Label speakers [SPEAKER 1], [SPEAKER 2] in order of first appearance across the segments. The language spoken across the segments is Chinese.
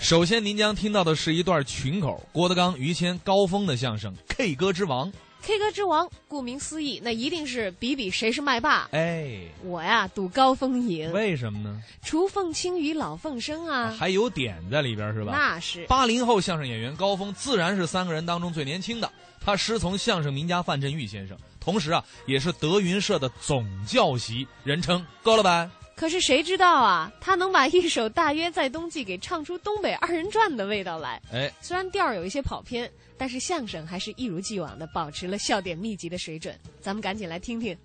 [SPEAKER 1] 首先，您将听到的是一段群口，郭德纲、于谦、高峰的相声《K 歌之王》。
[SPEAKER 2] K 歌之王，顾名思义，那一定是比比谁是麦霸。
[SPEAKER 1] 哎，
[SPEAKER 2] 我呀，赌高峰赢。
[SPEAKER 1] 为什么呢？
[SPEAKER 2] 除凤青与老凤生啊，
[SPEAKER 1] 还有点在里边是吧？
[SPEAKER 2] 那是
[SPEAKER 1] 八零后相声演员高峰自然是三个人当中最年轻的，他师从相声名家范振钰先生，同时啊也是德云社的总教习，人称高老板。
[SPEAKER 2] 可是谁知道啊，他能把一首《大约在冬季》给唱出东北二人转的味道来。
[SPEAKER 1] 哎，
[SPEAKER 2] 虽然调儿有一些跑偏，但是相声还是一如既往的保持了笑点密集的水准。咱们赶紧来听听。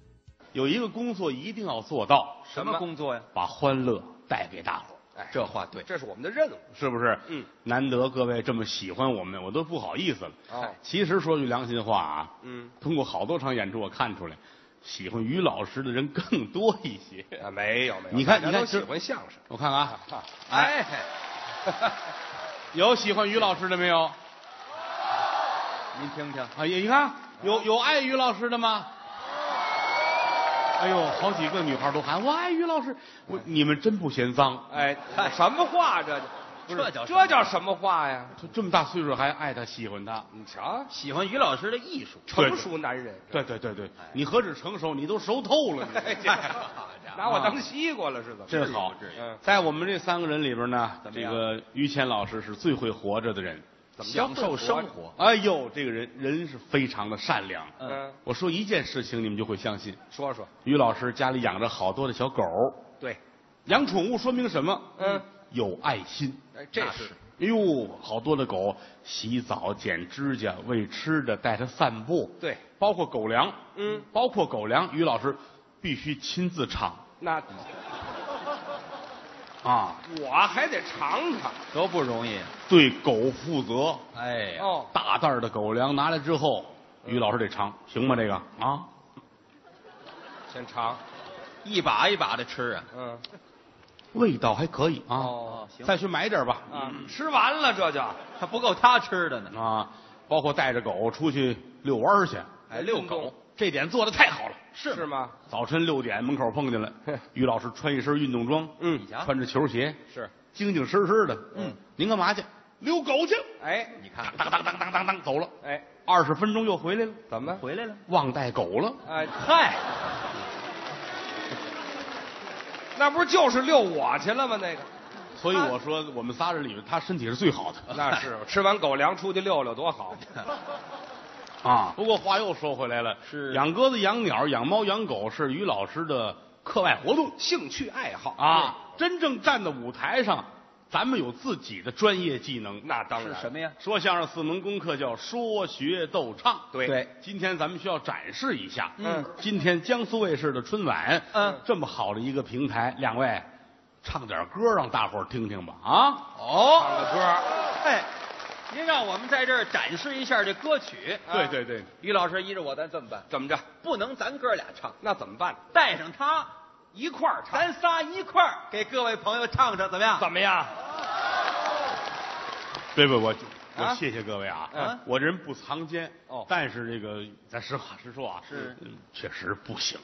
[SPEAKER 3] 有一个工作一定要做到，
[SPEAKER 4] 什么工作呀？
[SPEAKER 3] 把欢乐带给大伙儿，
[SPEAKER 4] 哎，这话对，这是我们的任务。
[SPEAKER 3] 是不是？
[SPEAKER 4] 嗯，
[SPEAKER 3] 难得各位这么喜欢我们，我都不好意思了。
[SPEAKER 4] 哦
[SPEAKER 3] 其实说句良心话啊，
[SPEAKER 4] 嗯，
[SPEAKER 3] 通过好多场演出，我看出来，喜欢于老师的人更多一些。
[SPEAKER 4] 啊，没有没有，
[SPEAKER 3] 你看
[SPEAKER 4] 大家
[SPEAKER 3] 你看
[SPEAKER 4] 都喜
[SPEAKER 3] 这
[SPEAKER 4] 欢相声。
[SPEAKER 3] 我看看啊，
[SPEAKER 4] 哎，
[SPEAKER 3] 有喜欢于老师的没有？
[SPEAKER 4] 您听听，
[SPEAKER 3] 哎呀，你看有有爱于老师的吗？哎呦，好几个女孩都喊我爱于老师，我你们真不嫌脏，
[SPEAKER 4] 哎，看什么话这？这叫这叫什么话呀？
[SPEAKER 3] 就这么大岁数还爱他喜欢他。
[SPEAKER 4] 你瞧，喜欢于老师的艺术，
[SPEAKER 3] 对
[SPEAKER 4] 成熟男人，
[SPEAKER 3] 对对对对，你何止成熟，你都熟透了。
[SPEAKER 4] 哎
[SPEAKER 3] 你
[SPEAKER 4] 这 拿我当西瓜了是怎么？
[SPEAKER 3] 真好
[SPEAKER 4] 至于不至于。
[SPEAKER 3] 在我们这三个人里边呢，
[SPEAKER 4] 怎么
[SPEAKER 3] 这
[SPEAKER 4] 样
[SPEAKER 3] 个于谦老师是最会活着的人。
[SPEAKER 4] 怎么
[SPEAKER 5] 享受生活？
[SPEAKER 3] 哎呦，这个人人是非常的善良。
[SPEAKER 4] 嗯，
[SPEAKER 3] 我说一件事情，你们就会相信。
[SPEAKER 4] 说说，
[SPEAKER 3] 于老师家里养着好多的小狗，
[SPEAKER 4] 对，
[SPEAKER 3] 养宠物说明什么？
[SPEAKER 4] 嗯，
[SPEAKER 3] 有爱心。
[SPEAKER 4] 哎，这
[SPEAKER 5] 那
[SPEAKER 4] 是
[SPEAKER 5] 是
[SPEAKER 3] 哎呦，好多的狗洗澡、剪指甲、喂吃的、带它散步，
[SPEAKER 4] 对，
[SPEAKER 3] 包括狗粮，
[SPEAKER 4] 嗯，
[SPEAKER 3] 包括狗粮，于老师必须亲自尝
[SPEAKER 4] 那
[SPEAKER 3] 啊。
[SPEAKER 4] 我还得尝尝
[SPEAKER 5] 都不容易。
[SPEAKER 3] 对狗负责，
[SPEAKER 5] 哎呀，
[SPEAKER 4] 哦。
[SPEAKER 3] 大袋儿的狗粮拿来之后，于老师得尝，行吗？这个啊，
[SPEAKER 4] 先尝，
[SPEAKER 5] 一把一把的吃啊。
[SPEAKER 4] 嗯，
[SPEAKER 3] 味道还可以啊，
[SPEAKER 4] 哦，行
[SPEAKER 3] 再去买点吧
[SPEAKER 4] 啊，
[SPEAKER 5] 嗯
[SPEAKER 4] 吃完了这就，
[SPEAKER 5] 还不够他吃的呢。
[SPEAKER 3] 啊，包括带着狗出去遛弯儿去，
[SPEAKER 5] 哎，遛狗，
[SPEAKER 3] 这点做的太好了。
[SPEAKER 5] 是
[SPEAKER 4] 是吗？
[SPEAKER 3] 早晨六点门口碰见了于老师，穿一身运动装，
[SPEAKER 4] 嗯
[SPEAKER 5] 你瞧，
[SPEAKER 3] 穿着球鞋，
[SPEAKER 5] 是，
[SPEAKER 3] 精精神神的。
[SPEAKER 5] 嗯，
[SPEAKER 3] 您干嘛去？遛狗去。
[SPEAKER 4] 哎
[SPEAKER 5] 你看
[SPEAKER 3] 当当当当当当，走了。
[SPEAKER 4] 哎，
[SPEAKER 3] 二十分钟又回来了，
[SPEAKER 4] 怎么？
[SPEAKER 5] 回来了，
[SPEAKER 3] 忘带狗了。
[SPEAKER 4] 哎嗨， 那不是就是遛我去了吗？那 个
[SPEAKER 3] 所以我说，我们仨人里面，他身体是最 好的。
[SPEAKER 4] 那是吃完狗粮出去溜溜多 好，
[SPEAKER 3] 啊，不过话又说回来了，
[SPEAKER 5] 是
[SPEAKER 3] 养鸽子、养鸟、养猫、养狗是于老师的课外活动
[SPEAKER 4] 兴趣爱好
[SPEAKER 3] 啊。真正站在舞台上，咱们有自己的专业技能。
[SPEAKER 4] 那当然
[SPEAKER 5] 是什么呀？
[SPEAKER 3] 说相声四门功课叫说学逗唱。
[SPEAKER 4] 对
[SPEAKER 5] 对
[SPEAKER 3] 今天咱们需要展示一下。
[SPEAKER 4] 嗯，
[SPEAKER 3] 今天江苏卫视的春晚，
[SPEAKER 5] 嗯，
[SPEAKER 3] 这么好的一个平台，两位唱点歌让大伙儿听听吧啊！
[SPEAKER 4] 哎唱
[SPEAKER 5] 哦，
[SPEAKER 4] 个歌，
[SPEAKER 5] 哎，您让我们在这儿展示一下这歌曲。
[SPEAKER 3] 对对对，
[SPEAKER 5] 于老师依着我，咱这么办？
[SPEAKER 4] 怎么着？
[SPEAKER 5] 不能咱哥俩唱，
[SPEAKER 4] 那怎么办？
[SPEAKER 5] 带上他，
[SPEAKER 4] 一块儿唱，
[SPEAKER 5] 咱仨一块儿给各位朋友唱唱，怎么样？
[SPEAKER 4] 怎么样？
[SPEAKER 3] 对不？我我
[SPEAKER 4] 啊
[SPEAKER 3] 谢谢各位啊，
[SPEAKER 5] 嗯
[SPEAKER 3] 我这人不藏奸
[SPEAKER 4] 哦
[SPEAKER 3] 但是这个咱实话实说啊，
[SPEAKER 5] 是
[SPEAKER 3] 嗯确实不行。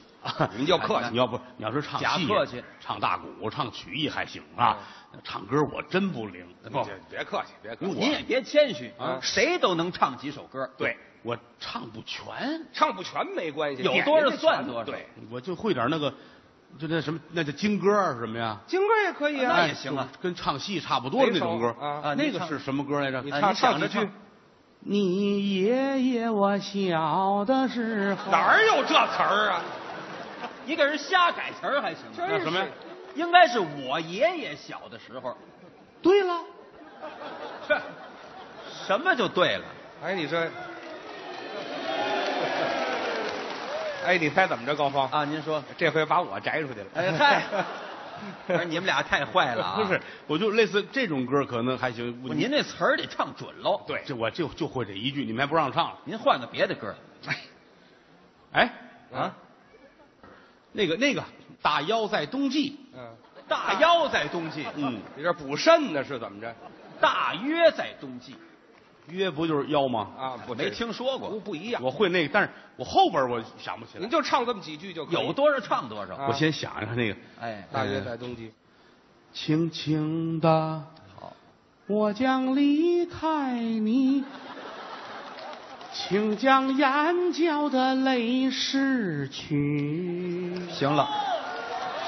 [SPEAKER 4] 您就客气
[SPEAKER 3] 你要不你要是唱
[SPEAKER 5] 假
[SPEAKER 3] 戏
[SPEAKER 5] 客气，哦
[SPEAKER 3] 唱大鼓、唱曲艺还行啊，唱歌我真不灵。
[SPEAKER 4] 不，别客气，别客气，
[SPEAKER 5] 您也别谦虚
[SPEAKER 4] 啊
[SPEAKER 5] 谁都能唱几首歌。
[SPEAKER 3] 对，我唱不全，
[SPEAKER 4] 唱不全没关系，
[SPEAKER 5] 有
[SPEAKER 4] 点
[SPEAKER 5] 多少
[SPEAKER 4] 人家
[SPEAKER 5] 算
[SPEAKER 4] 全
[SPEAKER 5] 多少
[SPEAKER 4] 对，
[SPEAKER 3] 我就会点那个，就那什么，那叫京歌啊什么呀？
[SPEAKER 4] 京歌也可以啊，
[SPEAKER 5] 那也行啊
[SPEAKER 3] 就跟唱戏差不多的那种歌
[SPEAKER 4] 哪首啊
[SPEAKER 5] 啊
[SPEAKER 3] 那
[SPEAKER 5] 你
[SPEAKER 3] 个
[SPEAKER 5] 唱
[SPEAKER 3] 是什么歌来着？
[SPEAKER 4] 你
[SPEAKER 5] 哎
[SPEAKER 4] 唱
[SPEAKER 5] 你想
[SPEAKER 4] 唱
[SPEAKER 5] 着
[SPEAKER 4] 几句
[SPEAKER 5] 唱。
[SPEAKER 3] 你爷爷我小的时候
[SPEAKER 4] 哪儿有这词儿啊？
[SPEAKER 5] 你给人瞎改词儿还行吗？
[SPEAKER 3] 那什么呀？
[SPEAKER 5] 应该是我爷爷小的时候。
[SPEAKER 3] 对了，
[SPEAKER 5] 这什么就对了？
[SPEAKER 4] 哎，你这， 哎，你猜怎么着，高峰？
[SPEAKER 5] 啊，您说，
[SPEAKER 4] 这回把我摘出去了。
[SPEAKER 5] 哎 嗨，不是你们俩太坏了啊！
[SPEAKER 3] 不是，，我就类似这种歌可能还行。我
[SPEAKER 5] 您这词儿得唱准喽。，
[SPEAKER 3] 对，这我就就会这一句，你们还不让唱了？
[SPEAKER 5] 您换个别的歌
[SPEAKER 3] 哎，
[SPEAKER 5] 啊。
[SPEAKER 3] 那个那个，大腰在冬季，
[SPEAKER 4] 嗯，
[SPEAKER 5] 大腰在冬季，
[SPEAKER 3] 嗯，
[SPEAKER 4] 你这补肾呢是怎么着？
[SPEAKER 5] 大约在冬季，
[SPEAKER 3] 约不就是腰吗？
[SPEAKER 4] 啊，不
[SPEAKER 5] 没听说
[SPEAKER 4] 不
[SPEAKER 5] 过，
[SPEAKER 4] 不一样。
[SPEAKER 3] 我会那个，但是我后边我想不起来
[SPEAKER 4] 您。就唱这么几句就可以。
[SPEAKER 5] 有多少唱多少。
[SPEAKER 4] 啊
[SPEAKER 3] 我先想一下那个，
[SPEAKER 5] 哎，
[SPEAKER 4] 大约在冬季，
[SPEAKER 3] 轻轻的
[SPEAKER 5] 好，
[SPEAKER 3] 我将离开你，请将眼角的泪拭去。
[SPEAKER 5] 行了，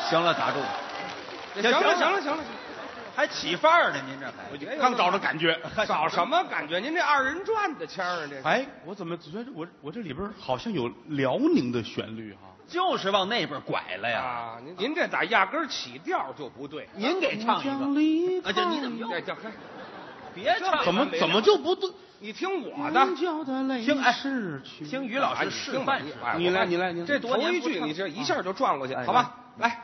[SPEAKER 5] 行了，打住！哎
[SPEAKER 4] 行了行了行了，
[SPEAKER 5] 还起范儿呢，您这还
[SPEAKER 4] 我觉得有
[SPEAKER 3] 刚找着感 觉，
[SPEAKER 4] 找什么感觉？您这二人转的腔儿啊，这是
[SPEAKER 3] 哎，我怎么觉得我我这里边好像有辽宁的旋律哈、
[SPEAKER 5] 就是往那边拐了呀。
[SPEAKER 4] 啊，您您这打压根儿起调就不对。
[SPEAKER 5] 您给
[SPEAKER 3] 我
[SPEAKER 5] 唱一
[SPEAKER 3] 将
[SPEAKER 5] 个，
[SPEAKER 3] 离
[SPEAKER 5] 啊
[SPEAKER 3] 开
[SPEAKER 5] 这你怎么
[SPEAKER 4] 这这嘿
[SPEAKER 5] 别唱了，
[SPEAKER 3] 怎么怎么就不对？
[SPEAKER 4] 你听我的
[SPEAKER 3] 眼，角的泪
[SPEAKER 5] 听哎
[SPEAKER 3] 拭去。
[SPEAKER 5] 听嗯于老
[SPEAKER 4] 啊
[SPEAKER 5] 师
[SPEAKER 4] 你
[SPEAKER 5] 示
[SPEAKER 4] 听吧
[SPEAKER 5] 范示
[SPEAKER 4] 哎
[SPEAKER 5] 范？
[SPEAKER 3] 你
[SPEAKER 4] 我
[SPEAKER 3] 来
[SPEAKER 4] 看
[SPEAKER 3] 你来你来
[SPEAKER 4] 这
[SPEAKER 5] 多
[SPEAKER 4] 头
[SPEAKER 5] 年
[SPEAKER 4] 一
[SPEAKER 5] 不
[SPEAKER 4] 句
[SPEAKER 5] 唱
[SPEAKER 4] 你这一下就转过去，
[SPEAKER 5] 哎
[SPEAKER 4] 好吧？来，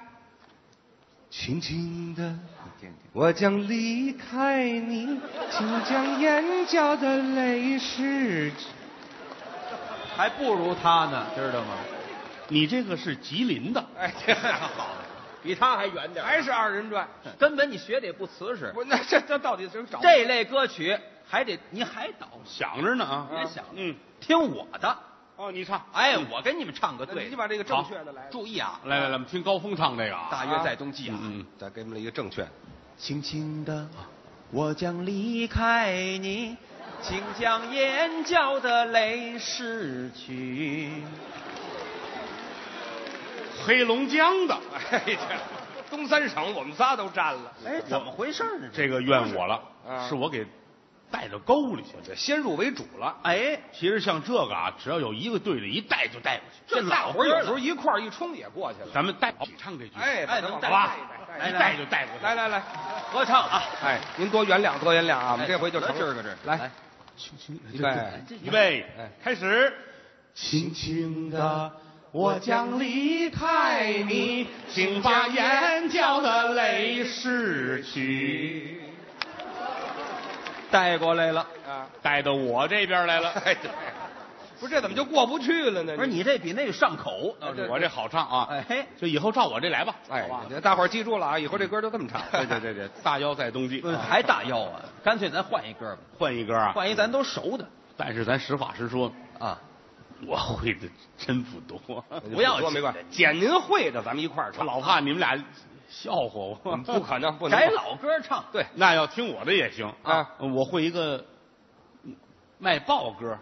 [SPEAKER 3] 轻轻的，我将离开你，请将眼角的泪拭去。
[SPEAKER 5] 还不如他呢，知道吗？
[SPEAKER 3] 你这个是吉林的，
[SPEAKER 4] 哎， 这好，
[SPEAKER 5] 比他还远点儿，
[SPEAKER 4] 还是二人转。
[SPEAKER 5] 根本你学的也不瓷实。
[SPEAKER 4] 不是，那这这到底是找
[SPEAKER 5] 这类歌曲还得你还倒，
[SPEAKER 3] 想着呢啊。
[SPEAKER 5] 别想
[SPEAKER 3] 嗯，
[SPEAKER 5] 听我的。
[SPEAKER 3] 哦，你唱，
[SPEAKER 5] 哎，我给你们唱个
[SPEAKER 4] 那
[SPEAKER 5] 对
[SPEAKER 4] 你
[SPEAKER 5] 的，
[SPEAKER 4] 把这个正确的来。
[SPEAKER 5] 注意啊，
[SPEAKER 3] 来来来，我们听高峰唱这个啊。
[SPEAKER 5] 大约在冬季啊，啊
[SPEAKER 3] 嗯嗯
[SPEAKER 5] 再给你们一个正确。
[SPEAKER 6] 轻轻的，我将离开你，请将眼角的泪拭去。
[SPEAKER 3] 黑龙江的，
[SPEAKER 4] 哎，这东三省我们仨都占了，
[SPEAKER 5] 哎，怎么回事呢？
[SPEAKER 3] 这个怨我了，
[SPEAKER 4] 啊
[SPEAKER 3] 是我给带到沟里去了。
[SPEAKER 4] 先入为主了。
[SPEAKER 5] 哎，
[SPEAKER 3] 其实像这个啊，只要有一个队里一带就带过去。
[SPEAKER 5] 这
[SPEAKER 4] 大
[SPEAKER 5] 老
[SPEAKER 4] 伙儿有时候
[SPEAKER 5] 歌了
[SPEAKER 4] 一块儿一冲也过去了。
[SPEAKER 3] 咱们带跑唱这句，
[SPEAKER 4] 哎，
[SPEAKER 5] 哎
[SPEAKER 4] 把它
[SPEAKER 5] 能
[SPEAKER 4] 往
[SPEAKER 5] 带
[SPEAKER 4] 后带
[SPEAKER 5] 带带
[SPEAKER 3] 一
[SPEAKER 4] 一
[SPEAKER 3] 带就带过去。
[SPEAKER 4] 来来来，
[SPEAKER 5] 合唱啊，
[SPEAKER 4] 哎，您多原谅，多原谅啊，我们
[SPEAKER 5] 哎
[SPEAKER 4] 这回就
[SPEAKER 5] 得
[SPEAKER 4] 成
[SPEAKER 5] 劲
[SPEAKER 4] 了
[SPEAKER 5] 儿个劲哎儿
[SPEAKER 4] 来，预备，
[SPEAKER 3] 预备
[SPEAKER 4] 哎，
[SPEAKER 3] 开始。
[SPEAKER 6] 轻轻
[SPEAKER 3] 的，我将离开你，请把眼角的泪拭去。
[SPEAKER 5] 带过来了。
[SPEAKER 4] 啊，
[SPEAKER 3] 带到我这边来了，
[SPEAKER 4] 哎，对，不是这怎么就过不去了呢？
[SPEAKER 5] 不是你这比那个上口，倒是
[SPEAKER 3] 我这好唱啊，
[SPEAKER 5] 哎，
[SPEAKER 3] 就以后照我这来吧。
[SPEAKER 4] 哎
[SPEAKER 3] 好吧，嗯
[SPEAKER 4] 大伙儿记住了啊，以后这歌就这么唱。
[SPEAKER 3] 哎对对对对，大腰在冬季，
[SPEAKER 5] 还大腰啊！干脆咱换一歌吧，
[SPEAKER 3] 嗯换一歌啊。
[SPEAKER 5] 换一咱都熟的
[SPEAKER 3] 但是咱实话实说，
[SPEAKER 5] 啊。
[SPEAKER 3] 我会的真 哎不多，
[SPEAKER 5] 不要
[SPEAKER 4] 说
[SPEAKER 5] 紧
[SPEAKER 4] 没关系，捡您会的咱们一块儿
[SPEAKER 3] 我
[SPEAKER 4] 唱，
[SPEAKER 3] 老怕你们俩笑话我。
[SPEAKER 4] 不可能不能
[SPEAKER 5] 改老歌唱，
[SPEAKER 4] 对
[SPEAKER 3] 那要听我的也行嗯
[SPEAKER 4] 啊，
[SPEAKER 3] 我会一个卖报歌，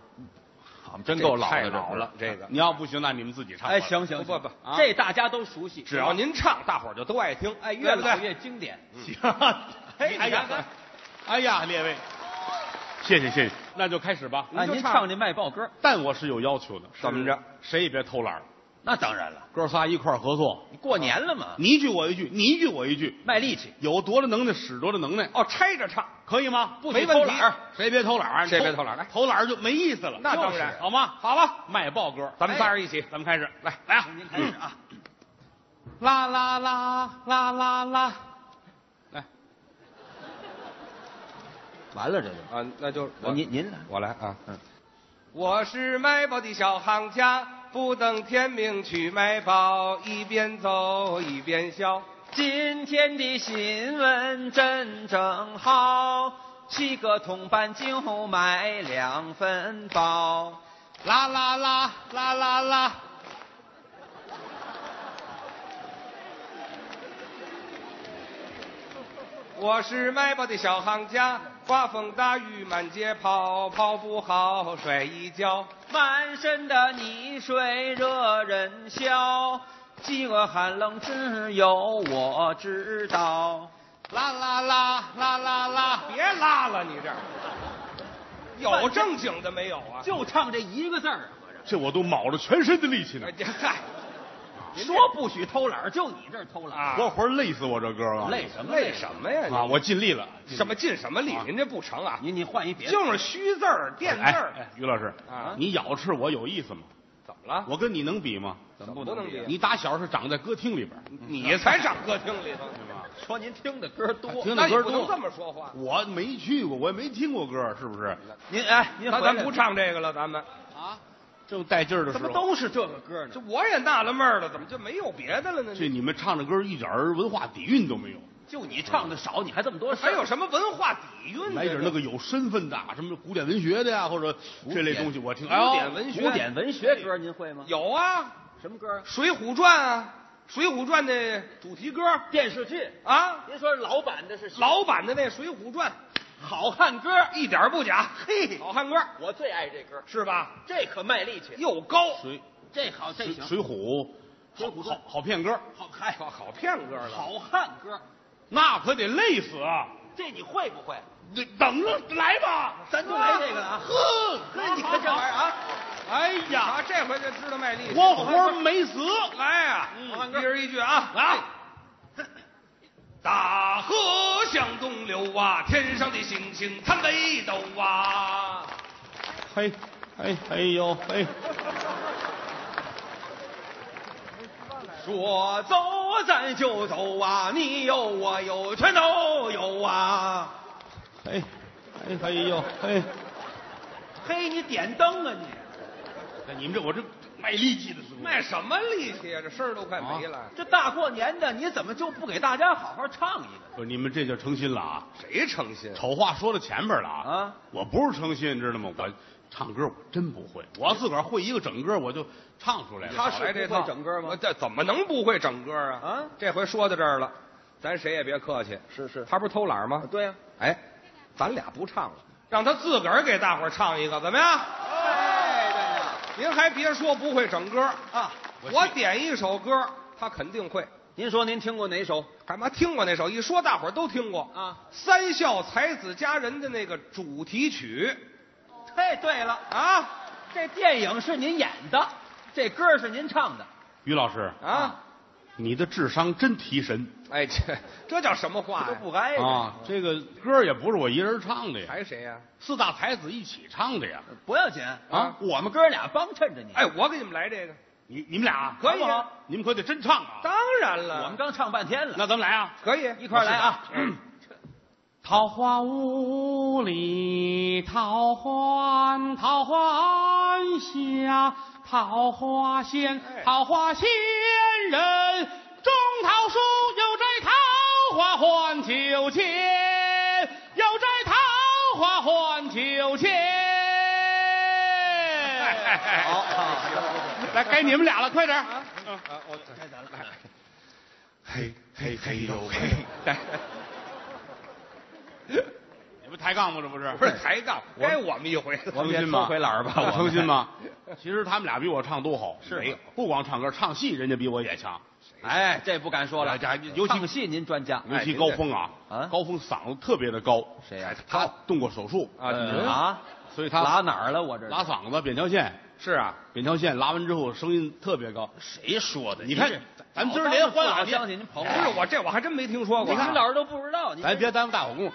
[SPEAKER 5] 好，
[SPEAKER 3] 真
[SPEAKER 4] 这
[SPEAKER 3] 够老
[SPEAKER 4] 太
[SPEAKER 3] 的，
[SPEAKER 4] 老了这个
[SPEAKER 3] 你要不行，那你们自己唱吧。
[SPEAKER 5] 哎，行行，
[SPEAKER 4] 不不
[SPEAKER 5] 行
[SPEAKER 4] 不
[SPEAKER 3] 啊
[SPEAKER 5] 这大家都熟悉，
[SPEAKER 4] 只要您唱，大伙儿就都爱听。
[SPEAKER 5] 哎，
[SPEAKER 4] 对
[SPEAKER 5] 越
[SPEAKER 4] 不对
[SPEAKER 5] 老越经典。
[SPEAKER 3] 行，
[SPEAKER 5] 哎
[SPEAKER 3] 哎
[SPEAKER 5] 你
[SPEAKER 3] 呀
[SPEAKER 5] 看看，
[SPEAKER 3] 哎呀，列位，谢谢谢谢，那就开始吧。
[SPEAKER 5] 哎，
[SPEAKER 4] 就
[SPEAKER 5] 您
[SPEAKER 4] 唱
[SPEAKER 5] 唱这卖报歌，
[SPEAKER 3] 但我是有要求的，
[SPEAKER 4] 怎么着？
[SPEAKER 3] 谁也别偷懒儿，
[SPEAKER 5] 那当然了，嗯
[SPEAKER 3] 哥仨一块儿合作，
[SPEAKER 5] 过年了嘛，
[SPEAKER 3] 你一句我一句，你一句我一句，
[SPEAKER 5] 卖力气，
[SPEAKER 3] 有多大能耐使多大能耐，
[SPEAKER 4] 哦，拆着唱，
[SPEAKER 3] 可以吗？
[SPEAKER 5] 不许
[SPEAKER 3] 没问题
[SPEAKER 5] 偷懒儿，
[SPEAKER 3] 谁别偷懒儿，
[SPEAKER 4] 谁别偷懒儿来
[SPEAKER 3] 偷懒儿就没意思了。
[SPEAKER 4] 那当然
[SPEAKER 3] 就是好吗？好吧，卖报歌，哎
[SPEAKER 4] 咱们仨人一起。
[SPEAKER 3] 咱们开始，来来啊，
[SPEAKER 5] 您开始啊，
[SPEAKER 3] 啦啦啦啦啦啦，来，
[SPEAKER 5] 完了这就
[SPEAKER 4] 啊，那就我
[SPEAKER 5] 您您来
[SPEAKER 4] 我来啊，
[SPEAKER 5] 嗯，
[SPEAKER 4] 我是卖报的小行家，不等天明去卖报，一边走一边笑。
[SPEAKER 6] 今天的新闻真正好，七个铜板就买两份包。
[SPEAKER 3] 啦啦啦啦啦啦，
[SPEAKER 4] 我是卖报的小行家，刮风大雨满街跑，跑不好摔一跤。
[SPEAKER 6] 满身的泥水惹人笑，饥饿寒冷只有我知道。
[SPEAKER 3] 啦啦啦啦啦啦，
[SPEAKER 4] 别拉了，你这儿有正经的没有啊？
[SPEAKER 5] 就唱这一个字儿，合着
[SPEAKER 3] 嗯这我都卯着全身的力气呢
[SPEAKER 4] 哎，这 嗨，
[SPEAKER 5] 说不许偷懒儿，就你这儿偷懒
[SPEAKER 4] 啊
[SPEAKER 5] 儿，
[SPEAKER 3] 活活累死我这歌了，
[SPEAKER 5] 累啊什么
[SPEAKER 4] 累什么呀？
[SPEAKER 3] 啊！我尽力了，
[SPEAKER 4] 你什么进什么礼？您这不成啊！
[SPEAKER 5] 您您换一别的，
[SPEAKER 4] 就是虚字儿、垫字
[SPEAKER 3] 哎
[SPEAKER 4] 儿，
[SPEAKER 3] 哎，于老师
[SPEAKER 4] 啊
[SPEAKER 3] 你咬斥我有意思吗？
[SPEAKER 4] 怎么了？
[SPEAKER 3] 我跟你能比吗？
[SPEAKER 5] 怎么
[SPEAKER 4] 不能比啊
[SPEAKER 3] 你打小是长在歌厅里边儿，
[SPEAKER 4] 你才长歌厅里头，
[SPEAKER 5] 说您啊听的歌多，
[SPEAKER 3] 听
[SPEAKER 4] 那
[SPEAKER 3] 的
[SPEAKER 4] 你
[SPEAKER 3] 歌
[SPEAKER 4] 不能这
[SPEAKER 3] 多。
[SPEAKER 4] 么说话。
[SPEAKER 3] 我没去过，我也没听过歌，是不是？
[SPEAKER 5] 您哎，您
[SPEAKER 4] 那
[SPEAKER 5] 回
[SPEAKER 4] 咱
[SPEAKER 5] 来
[SPEAKER 4] 不，唱这个了，咱们
[SPEAKER 3] 啊，正带劲儿的时
[SPEAKER 5] 怎么
[SPEAKER 3] 候，
[SPEAKER 5] 都是这个歌
[SPEAKER 4] 这
[SPEAKER 5] 呢？
[SPEAKER 4] 我也纳了闷儿了，怎么就没有别的了呢？
[SPEAKER 3] 这你们唱的歌一点儿文化底蕴都没有，
[SPEAKER 5] 就你唱
[SPEAKER 4] 嗯
[SPEAKER 5] 的少，你还这么多事儿，
[SPEAKER 4] 还有什么文化 底蕴呢？
[SPEAKER 3] 来点那个有身份的，什么古典文学的呀，或者这类东西，我听。哎呦
[SPEAKER 4] 古典文学
[SPEAKER 5] 哦古典文学歌您会吗？
[SPEAKER 4] 有啊，
[SPEAKER 5] 什么歌
[SPEAKER 4] 《水浒传》啊，《水浒传》的主题歌
[SPEAKER 5] 电视剧，
[SPEAKER 4] 啊，
[SPEAKER 5] 您说是老版的是
[SPEAKER 4] 老版的那《水浒传》，
[SPEAKER 5] 好汉歌
[SPEAKER 4] 一点儿不假。
[SPEAKER 5] 嘿
[SPEAKER 4] 好汉歌
[SPEAKER 5] 我最爱这歌，
[SPEAKER 4] 是吧？
[SPEAKER 5] 这可卖力气，
[SPEAKER 4] 又高，
[SPEAKER 3] 水
[SPEAKER 5] 这好这
[SPEAKER 3] 水
[SPEAKER 5] 哎行，
[SPEAKER 3] 水浒，
[SPEAKER 5] 水浒
[SPEAKER 3] 好好好骗歌，
[SPEAKER 5] 好嗨，
[SPEAKER 4] 好好骗歌了。
[SPEAKER 5] 好汉歌，
[SPEAKER 3] 那可得累死啊！
[SPEAKER 5] 这你会不会？
[SPEAKER 3] 你等着来吧，
[SPEAKER 5] 咱就来这个了啊！
[SPEAKER 3] 呵，
[SPEAKER 5] 嘿，你看这玩意儿啊，
[SPEAKER 3] 哎呀，
[SPEAKER 4] 啊，这回就知道卖力气。
[SPEAKER 3] 我活没死
[SPEAKER 4] 来呀、
[SPEAKER 5] 嗯
[SPEAKER 4] 好汉歌一人一句啊！
[SPEAKER 3] 啊！
[SPEAKER 4] 大河向东流啊，天上的星星它北斗啊。
[SPEAKER 3] 嘿，哎哎呦嘿，
[SPEAKER 5] 说走咱就走啊，你有我有，全都有啊。
[SPEAKER 3] 哎哎哎呦嘿，
[SPEAKER 5] 嘿，你点灯啊你！
[SPEAKER 3] 哎你们这我这卖力气的是吗？
[SPEAKER 4] 卖什么力
[SPEAKER 5] 啊
[SPEAKER 4] 气呀、这声儿都快没了。
[SPEAKER 5] 这大过年的，你怎么就不给大家好好唱一个
[SPEAKER 3] 不是你们这叫诚心了啊！
[SPEAKER 4] 谁诚心？
[SPEAKER 3] 丑话说到前边了啊！
[SPEAKER 5] 啊？
[SPEAKER 3] 我不是诚心，知道吗？我唱歌我真不会，我自个儿会一个整歌，我就唱出来了。
[SPEAKER 5] 他是
[SPEAKER 4] 来这
[SPEAKER 5] 不会
[SPEAKER 4] 套
[SPEAKER 5] 整歌吗
[SPEAKER 4] 我这怎么能不会整歌啊？
[SPEAKER 5] 啊
[SPEAKER 4] 这回说到这儿了，咱谁也别客气。
[SPEAKER 5] 是是
[SPEAKER 4] 他不是偷懒吗？
[SPEAKER 5] 啊对呀、
[SPEAKER 4] 哎，咱俩不唱了，让他自个儿给大伙儿唱一个，怎么样？
[SPEAKER 5] 哎，对呀、
[SPEAKER 4] 您还别说不会整歌，
[SPEAKER 5] 啊！
[SPEAKER 4] 我点一首歌，他肯定会。
[SPEAKER 5] 您说您听过哪首
[SPEAKER 4] 干嘛听过那首？一说大伙儿都听过
[SPEAKER 5] 啊
[SPEAKER 4] 三笑才子佳人》的那个主题曲
[SPEAKER 5] 嘿，对了，
[SPEAKER 4] 啊
[SPEAKER 5] 这电影是您演的，这歌是您唱的。
[SPEAKER 3] 于老师，
[SPEAKER 4] 啊！
[SPEAKER 3] 你的智商真提神
[SPEAKER 4] 哎，这这叫什么话
[SPEAKER 5] 这
[SPEAKER 4] 呀
[SPEAKER 5] 都？不挨着、
[SPEAKER 3] 啊！这个歌也不是我一人唱的呀，
[SPEAKER 4] 还谁呀？
[SPEAKER 3] 四大才子一起唱的
[SPEAKER 4] 嗯
[SPEAKER 3] 呀。
[SPEAKER 5] 不要紧
[SPEAKER 3] 啊
[SPEAKER 5] 我们哥俩帮衬着你。
[SPEAKER 4] 哎，我给你们来这个，
[SPEAKER 3] 你你们俩
[SPEAKER 4] 可以
[SPEAKER 5] 好不
[SPEAKER 4] 啊
[SPEAKER 5] 好，
[SPEAKER 3] 你们可得真唱啊！
[SPEAKER 4] 当然了，
[SPEAKER 5] 我们刚唱半天了，
[SPEAKER 3] 那咱们来啊！
[SPEAKER 4] 可以
[SPEAKER 5] 一块儿来啊！
[SPEAKER 3] 桃花坞里桃花桃花下，桃花仙，桃花仙人，种桃树有摘桃花换酒钱，有摘桃花换酒钱。
[SPEAKER 4] 好
[SPEAKER 3] 来，该你们俩了，快点儿！嗯
[SPEAKER 4] 啊，我该咱来。
[SPEAKER 3] 嘿嘿嘿呦嘿！你不抬杠吗？这不是？
[SPEAKER 4] 不是抬杠，该我们一回了。
[SPEAKER 3] 诚心
[SPEAKER 4] 吗？
[SPEAKER 3] 吗？
[SPEAKER 4] 回栏儿吧，我们
[SPEAKER 3] 诚心？吗？其实他们俩比我唱都好，
[SPEAKER 4] 是吗
[SPEAKER 3] 没有不光唱歌，唱戏人家比我也强，
[SPEAKER 5] 哎，这不敢说了，
[SPEAKER 3] 这尤其
[SPEAKER 5] 唱戏您专家
[SPEAKER 3] 尤其高峰啊
[SPEAKER 5] 哎人家啊，
[SPEAKER 3] 高峰嗓子特别的高，
[SPEAKER 5] 谁呀
[SPEAKER 3] 他动过手术，
[SPEAKER 4] 啊，
[SPEAKER 5] 呃
[SPEAKER 4] 您
[SPEAKER 5] 啊，
[SPEAKER 3] 所以他
[SPEAKER 5] 拉哪儿了？我这是
[SPEAKER 3] 拉嗓子，扁条线，
[SPEAKER 4] 是啊，
[SPEAKER 3] 扁条线拉完之后声音特别高。
[SPEAKER 5] 谁说的？
[SPEAKER 3] 你看
[SPEAKER 5] 您这
[SPEAKER 3] 咱们今儿连欢
[SPEAKER 5] 早
[SPEAKER 3] 啊
[SPEAKER 5] 当相信您捧
[SPEAKER 4] 不是我这我还真没听说过。啊
[SPEAKER 5] 你看老师都不知道，您
[SPEAKER 3] 咱别耽误大伙功夫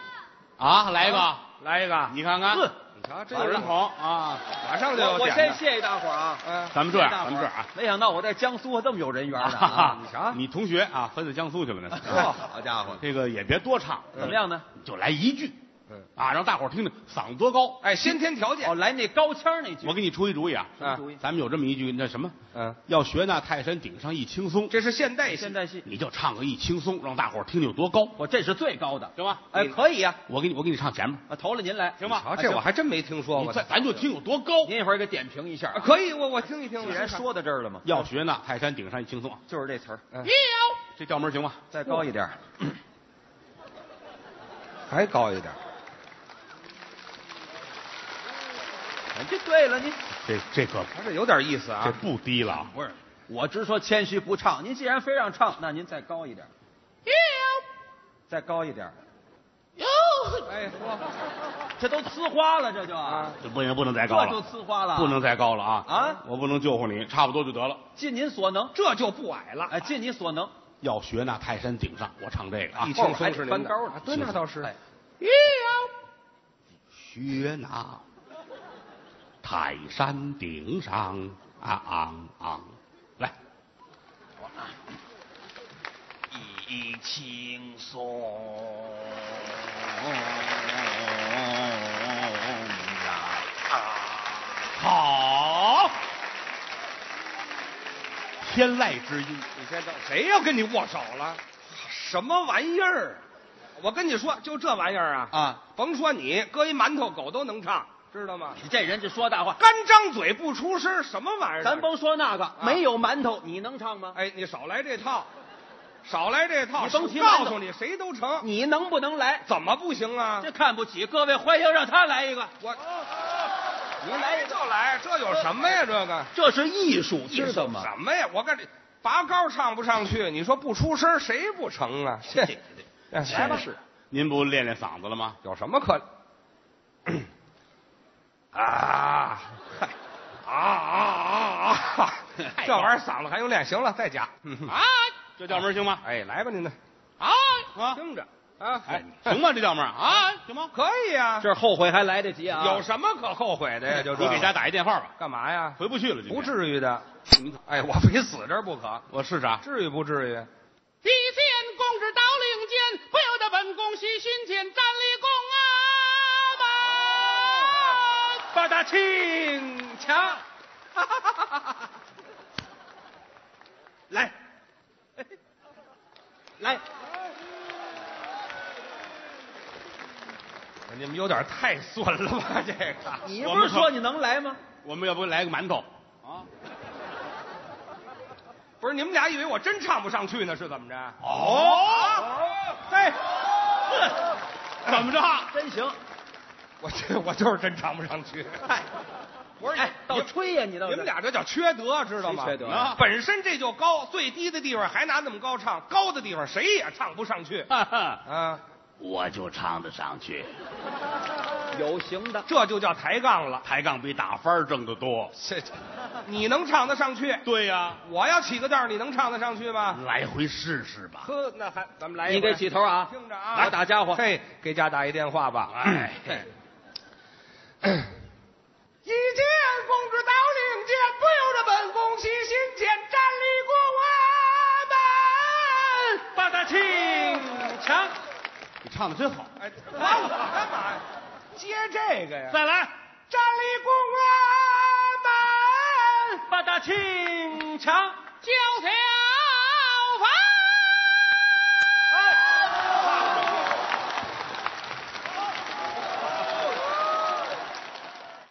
[SPEAKER 3] 啊！来一个，
[SPEAKER 4] 来一个，
[SPEAKER 3] 你看看，
[SPEAKER 5] 呵
[SPEAKER 4] 你瞧这
[SPEAKER 3] 有人捧啊！
[SPEAKER 4] 马上就
[SPEAKER 5] 我
[SPEAKER 4] 要
[SPEAKER 5] 我
[SPEAKER 4] 点
[SPEAKER 5] 先
[SPEAKER 4] 了
[SPEAKER 5] 谢谢大伙儿啊，
[SPEAKER 4] 嗯，
[SPEAKER 3] 咱们这样，
[SPEAKER 5] 谢谢大
[SPEAKER 3] 咱
[SPEAKER 5] 伙
[SPEAKER 3] 们这样啊，
[SPEAKER 5] 没想到我在江苏还这么有人缘 呢
[SPEAKER 3] 哈哈
[SPEAKER 5] 啊！
[SPEAKER 4] 你瞧
[SPEAKER 3] 你同学啊，分到江苏去了呢。
[SPEAKER 5] 嚯好家伙，
[SPEAKER 3] 这个也别多唱，
[SPEAKER 5] 怎么样呢？
[SPEAKER 3] 就来一句，
[SPEAKER 4] 嗯
[SPEAKER 3] 啊，让大伙儿听听嗓子多高。
[SPEAKER 4] 哎，先天条件
[SPEAKER 5] 哦，，来那高腔那句
[SPEAKER 3] 我，给你出一主意啊，
[SPEAKER 5] 什么主意？
[SPEAKER 3] 咱们有这么一句，那什么，
[SPEAKER 4] 嗯，
[SPEAKER 3] 要学那泰山顶上一轻松，
[SPEAKER 4] 这是现代戏
[SPEAKER 5] 现代戏，
[SPEAKER 3] 你就唱个一轻松，让大伙儿听听有多高，
[SPEAKER 5] 我这是最高的，
[SPEAKER 3] 行吧？
[SPEAKER 5] 哎，可以呀，
[SPEAKER 3] 我给你，我给你唱前面，
[SPEAKER 5] 啊，投了您来，
[SPEAKER 3] 行
[SPEAKER 4] 啊，
[SPEAKER 3] 吧？
[SPEAKER 4] 这我还真没听说
[SPEAKER 3] 你
[SPEAKER 4] 过。
[SPEAKER 3] 再咱就听有多高。
[SPEAKER 5] 您一会儿给点评一下
[SPEAKER 4] 啊。可以，我我听一听。
[SPEAKER 5] 既然说到这儿了嘛，
[SPEAKER 3] 要学那泰山顶上一轻松，啊，
[SPEAKER 5] 就是这词儿，
[SPEAKER 3] 这调门行吗？
[SPEAKER 5] 再高一点儿，
[SPEAKER 4] 还高一点，
[SPEAKER 5] 哎这对了，您
[SPEAKER 3] 这这可
[SPEAKER 4] 他这有点意思
[SPEAKER 3] 这
[SPEAKER 4] 啊。
[SPEAKER 3] 不低了啊，
[SPEAKER 5] 不是，我直说谦虚不唱。您既然非让唱，那您再高一点儿，再高一点儿，
[SPEAKER 4] 哎，说
[SPEAKER 5] 这都呲花了，这就啊
[SPEAKER 4] 啊，
[SPEAKER 3] 这不行，不能再高
[SPEAKER 5] 这就
[SPEAKER 3] 了，
[SPEAKER 5] 呲花了，
[SPEAKER 3] 不能再高了啊！
[SPEAKER 5] 啊，
[SPEAKER 3] 我不能救活你，差不多就得了。
[SPEAKER 5] 尽您所能，
[SPEAKER 4] 这就不矮了，
[SPEAKER 5] 哎，尽你所能，
[SPEAKER 3] 要学那泰山顶上，我唱这个啊
[SPEAKER 4] 一。
[SPEAKER 5] 后
[SPEAKER 4] 轻
[SPEAKER 5] 边
[SPEAKER 4] 松
[SPEAKER 5] 还得
[SPEAKER 4] 是您
[SPEAKER 5] 翻
[SPEAKER 4] 的
[SPEAKER 5] 高呢
[SPEAKER 4] 啊对，那倒是。
[SPEAKER 5] 哎
[SPEAKER 3] 学那泰山顶上啊昂昂，来，
[SPEAKER 6] 一轻松
[SPEAKER 3] 好，天籁之音，
[SPEAKER 4] 你先等，谁要跟你握手了？什么玩意儿啊？我跟你说，就这玩意儿啊，
[SPEAKER 5] 啊，
[SPEAKER 4] 甭说你，搁一馒头狗都能唱，知道吗？
[SPEAKER 5] 你这人就说大话，
[SPEAKER 4] 干张嘴不出哎声，什么玩意儿？哎
[SPEAKER 5] 咱甭说那个，
[SPEAKER 4] 啊
[SPEAKER 5] 没有馒头你能唱吗？
[SPEAKER 4] 哎，你少来这套，少来这套。
[SPEAKER 5] 你甭提
[SPEAKER 4] 告
[SPEAKER 5] 馒
[SPEAKER 4] 诉
[SPEAKER 5] 头
[SPEAKER 4] 你，谁都成，
[SPEAKER 5] 你能不能来？
[SPEAKER 4] 怎么不行啊？
[SPEAKER 5] 这看不起各位，欢迎让他来一个，
[SPEAKER 4] 我
[SPEAKER 5] 您来一个，
[SPEAKER 4] 就来，这有什么呀？这个
[SPEAKER 5] 这是艺术，知道
[SPEAKER 4] 什
[SPEAKER 5] 吗？
[SPEAKER 4] 么呀？我跟你拔高唱不上去，你说不出声谁不成啊？这来吧，
[SPEAKER 3] 是，您不练练嗓子了吗？
[SPEAKER 4] 有什么可？ 啊，嗨啊啊啊啊！这玩意儿嗓子还用练？行了，再假。嗯
[SPEAKER 3] 啊，这调门儿行吗？
[SPEAKER 4] 哎，来吧您呢，
[SPEAKER 3] 啊啊，
[SPEAKER 4] 听着啊，
[SPEAKER 3] 哎，行吗？这调门儿啊，行吗？
[SPEAKER 4] 可以呀，
[SPEAKER 5] 这后悔还来得及啊！
[SPEAKER 4] 有什么可后悔的呀？就这
[SPEAKER 3] 我给家打一电话吧，
[SPEAKER 4] 干嘛呀？
[SPEAKER 3] 回不去了，今天
[SPEAKER 4] 不。至于的。哎，我非死这儿不可，
[SPEAKER 3] 我试试啊，
[SPEAKER 4] 至于不至于？
[SPEAKER 7] 地仙公之到令间，不由得本宫喜寻见战立功啊！
[SPEAKER 4] 八大庆 强，
[SPEAKER 5] 来，来，
[SPEAKER 4] 你们有点太损了 吧？这个
[SPEAKER 5] 你
[SPEAKER 3] 我
[SPEAKER 5] 不
[SPEAKER 3] 们
[SPEAKER 5] 是
[SPEAKER 3] 可
[SPEAKER 5] 说你能来吗？
[SPEAKER 3] 我们要不来个馒 头？
[SPEAKER 4] 不是你们俩以为我真唱不上去呢，是怎么着？
[SPEAKER 3] 哦，
[SPEAKER 4] 嘿，
[SPEAKER 3] 怎么着？
[SPEAKER 5] 真行，
[SPEAKER 4] 我这我就是真唱不上去。
[SPEAKER 5] 嗨，
[SPEAKER 4] 不是
[SPEAKER 5] 哎，倒吹呀，你倒
[SPEAKER 4] 你
[SPEAKER 5] 是
[SPEAKER 4] 们俩这叫缺德，知道吗？
[SPEAKER 5] 谁缺德
[SPEAKER 3] 啊
[SPEAKER 4] 本身这就高，最低的地方还拿那么高唱，高的地方谁也唱不上去
[SPEAKER 3] 哈哈，
[SPEAKER 4] 啊！
[SPEAKER 3] 我就唱得上去，
[SPEAKER 5] 有行的，
[SPEAKER 4] 这就叫抬杠 了。
[SPEAKER 3] 抬杠比打翻儿挣得多。
[SPEAKER 4] 这，这你能唱得上去？
[SPEAKER 3] 对呀，
[SPEAKER 4] 我要起个调，你能唱得上去吗？
[SPEAKER 3] 来回试试吧。
[SPEAKER 4] 呵，那还咱们来一
[SPEAKER 5] 你
[SPEAKER 4] 回
[SPEAKER 5] 给起头啊，
[SPEAKER 4] 听着啊，
[SPEAKER 5] 来打家伙，
[SPEAKER 4] 嘿，给家打一电话吧。
[SPEAKER 3] 哎，
[SPEAKER 4] 一见公主到令箭，不由得本宫喜心间，站立过我们八大庆强。
[SPEAKER 3] 你唱的真好，
[SPEAKER 4] 哎，拉我干嘛呀？接这个呀！
[SPEAKER 3] 再来。
[SPEAKER 4] 站立过我们八大庆强，
[SPEAKER 7] 就像